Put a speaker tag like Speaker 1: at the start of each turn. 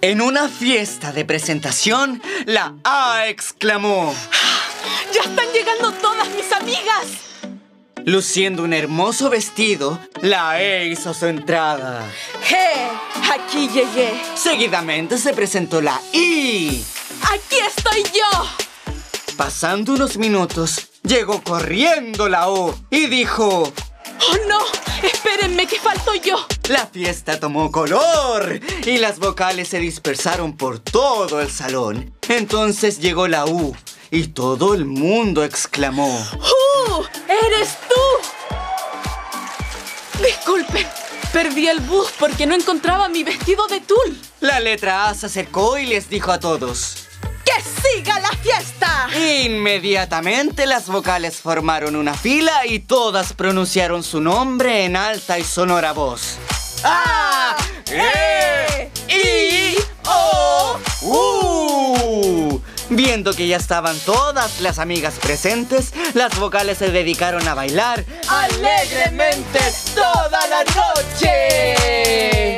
Speaker 1: En una fiesta de presentación, la A exclamó,
Speaker 2: ¡Ya están llegando todas mis amigas!
Speaker 1: luciendo un hermoso vestido, la E hizo su entrada.
Speaker 2: ¡Hey! Aquí llegué.
Speaker 1: Seguidamente se presentó la I.
Speaker 2: ¡Aquí estoy yo! Oh,
Speaker 1: Pasando unos minutos, llegó corriendo la O y dijo,
Speaker 2: ¡Oh no! ¡Espérenme que falto yo!
Speaker 1: la fiesta tomó color y las vocales se dispersaron por todo el salón. Entonces llegó la U y todo el mundo exclamó.
Speaker 2: ¡Uh! ¡Eres tú! Disculpen, perdí el bus porque no encontraba mi vestido de tul.
Speaker 1: La letra A se acercó y les dijo a todos.
Speaker 2: ¡Que siga la fiesta!
Speaker 1: Inmediatamente las vocales formaron una fila y todas pronunciaron su nombre en alta y sonora voz.
Speaker 2: A, Ah. E, I, O,
Speaker 1: U. Viendo que ya estaban todas las amigas presentes, las vocales se dedicaron a bailar
Speaker 2: alegremente toda la noche.